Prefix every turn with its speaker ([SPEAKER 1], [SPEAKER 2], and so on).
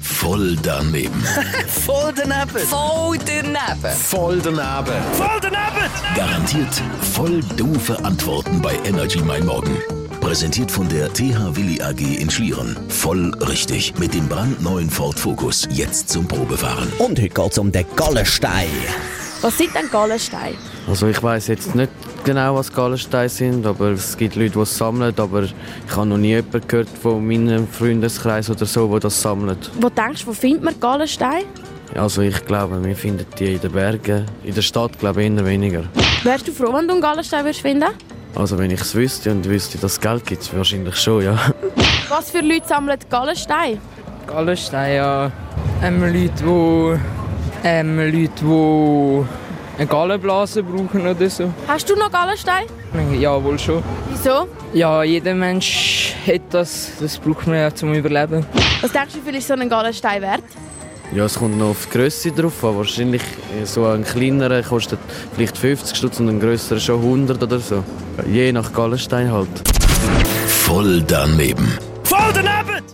[SPEAKER 1] Voll daneben.
[SPEAKER 2] Voll daneben.
[SPEAKER 3] Voll daneben.
[SPEAKER 1] Voll daneben.
[SPEAKER 2] Voll daneben!
[SPEAKER 1] Garantiert voll doofe Antworten bei Energy Mein Morgen. Präsentiert von der TH Willi AG in Schlieren. Voll richtig. Mit dem brandneuen Ford Focus. Jetzt zum Probefahren.
[SPEAKER 4] Und heute geht's um den Gallenstein.
[SPEAKER 5] Was sind denn Gallensteine?
[SPEAKER 6] Also ich weiß jetzt nicht genau, was Gallensteine sind, aber es gibt Leute, die es sammeln, aber ich habe noch nie jemanden gehört von meinem Freundeskreis oder so, der das sammelt.
[SPEAKER 5] Wo denkst du, wo findet man Gallensteine?
[SPEAKER 6] Also ich glaube, wir finden die in den Bergen. In der Stadt glaube ich eher weniger.
[SPEAKER 5] Wärst du froh, wenn du einen Gallenstein würdest finden?
[SPEAKER 6] Also wenn ich es wüsste und wüsste, dass Geld gibt es, wahrscheinlich schon, ja.
[SPEAKER 5] Was für Leute sammeln Gallensteine?
[SPEAKER 7] Gallenstein ja ähm, Leute, wo ähm, Leute, wo eine Gallenblase brauchen oder so.
[SPEAKER 5] Hast du noch Gallensteine?
[SPEAKER 7] Ja, wohl schon.
[SPEAKER 5] Wieso?
[SPEAKER 7] Ja, jeder Mensch hat das. Das braucht man ja zum Überleben.
[SPEAKER 5] Was denkst du, wie viel ist so ein Gallenstein wert?
[SPEAKER 6] Ja, es kommt noch auf die Grösse drauf an. Wahrscheinlich äh, so ein kleinerer kostet vielleicht 50 Stutz und ein grösserer schon 100 oder so. Je nach Gallenstein halt.
[SPEAKER 1] Voll daneben.
[SPEAKER 2] Voll daneben!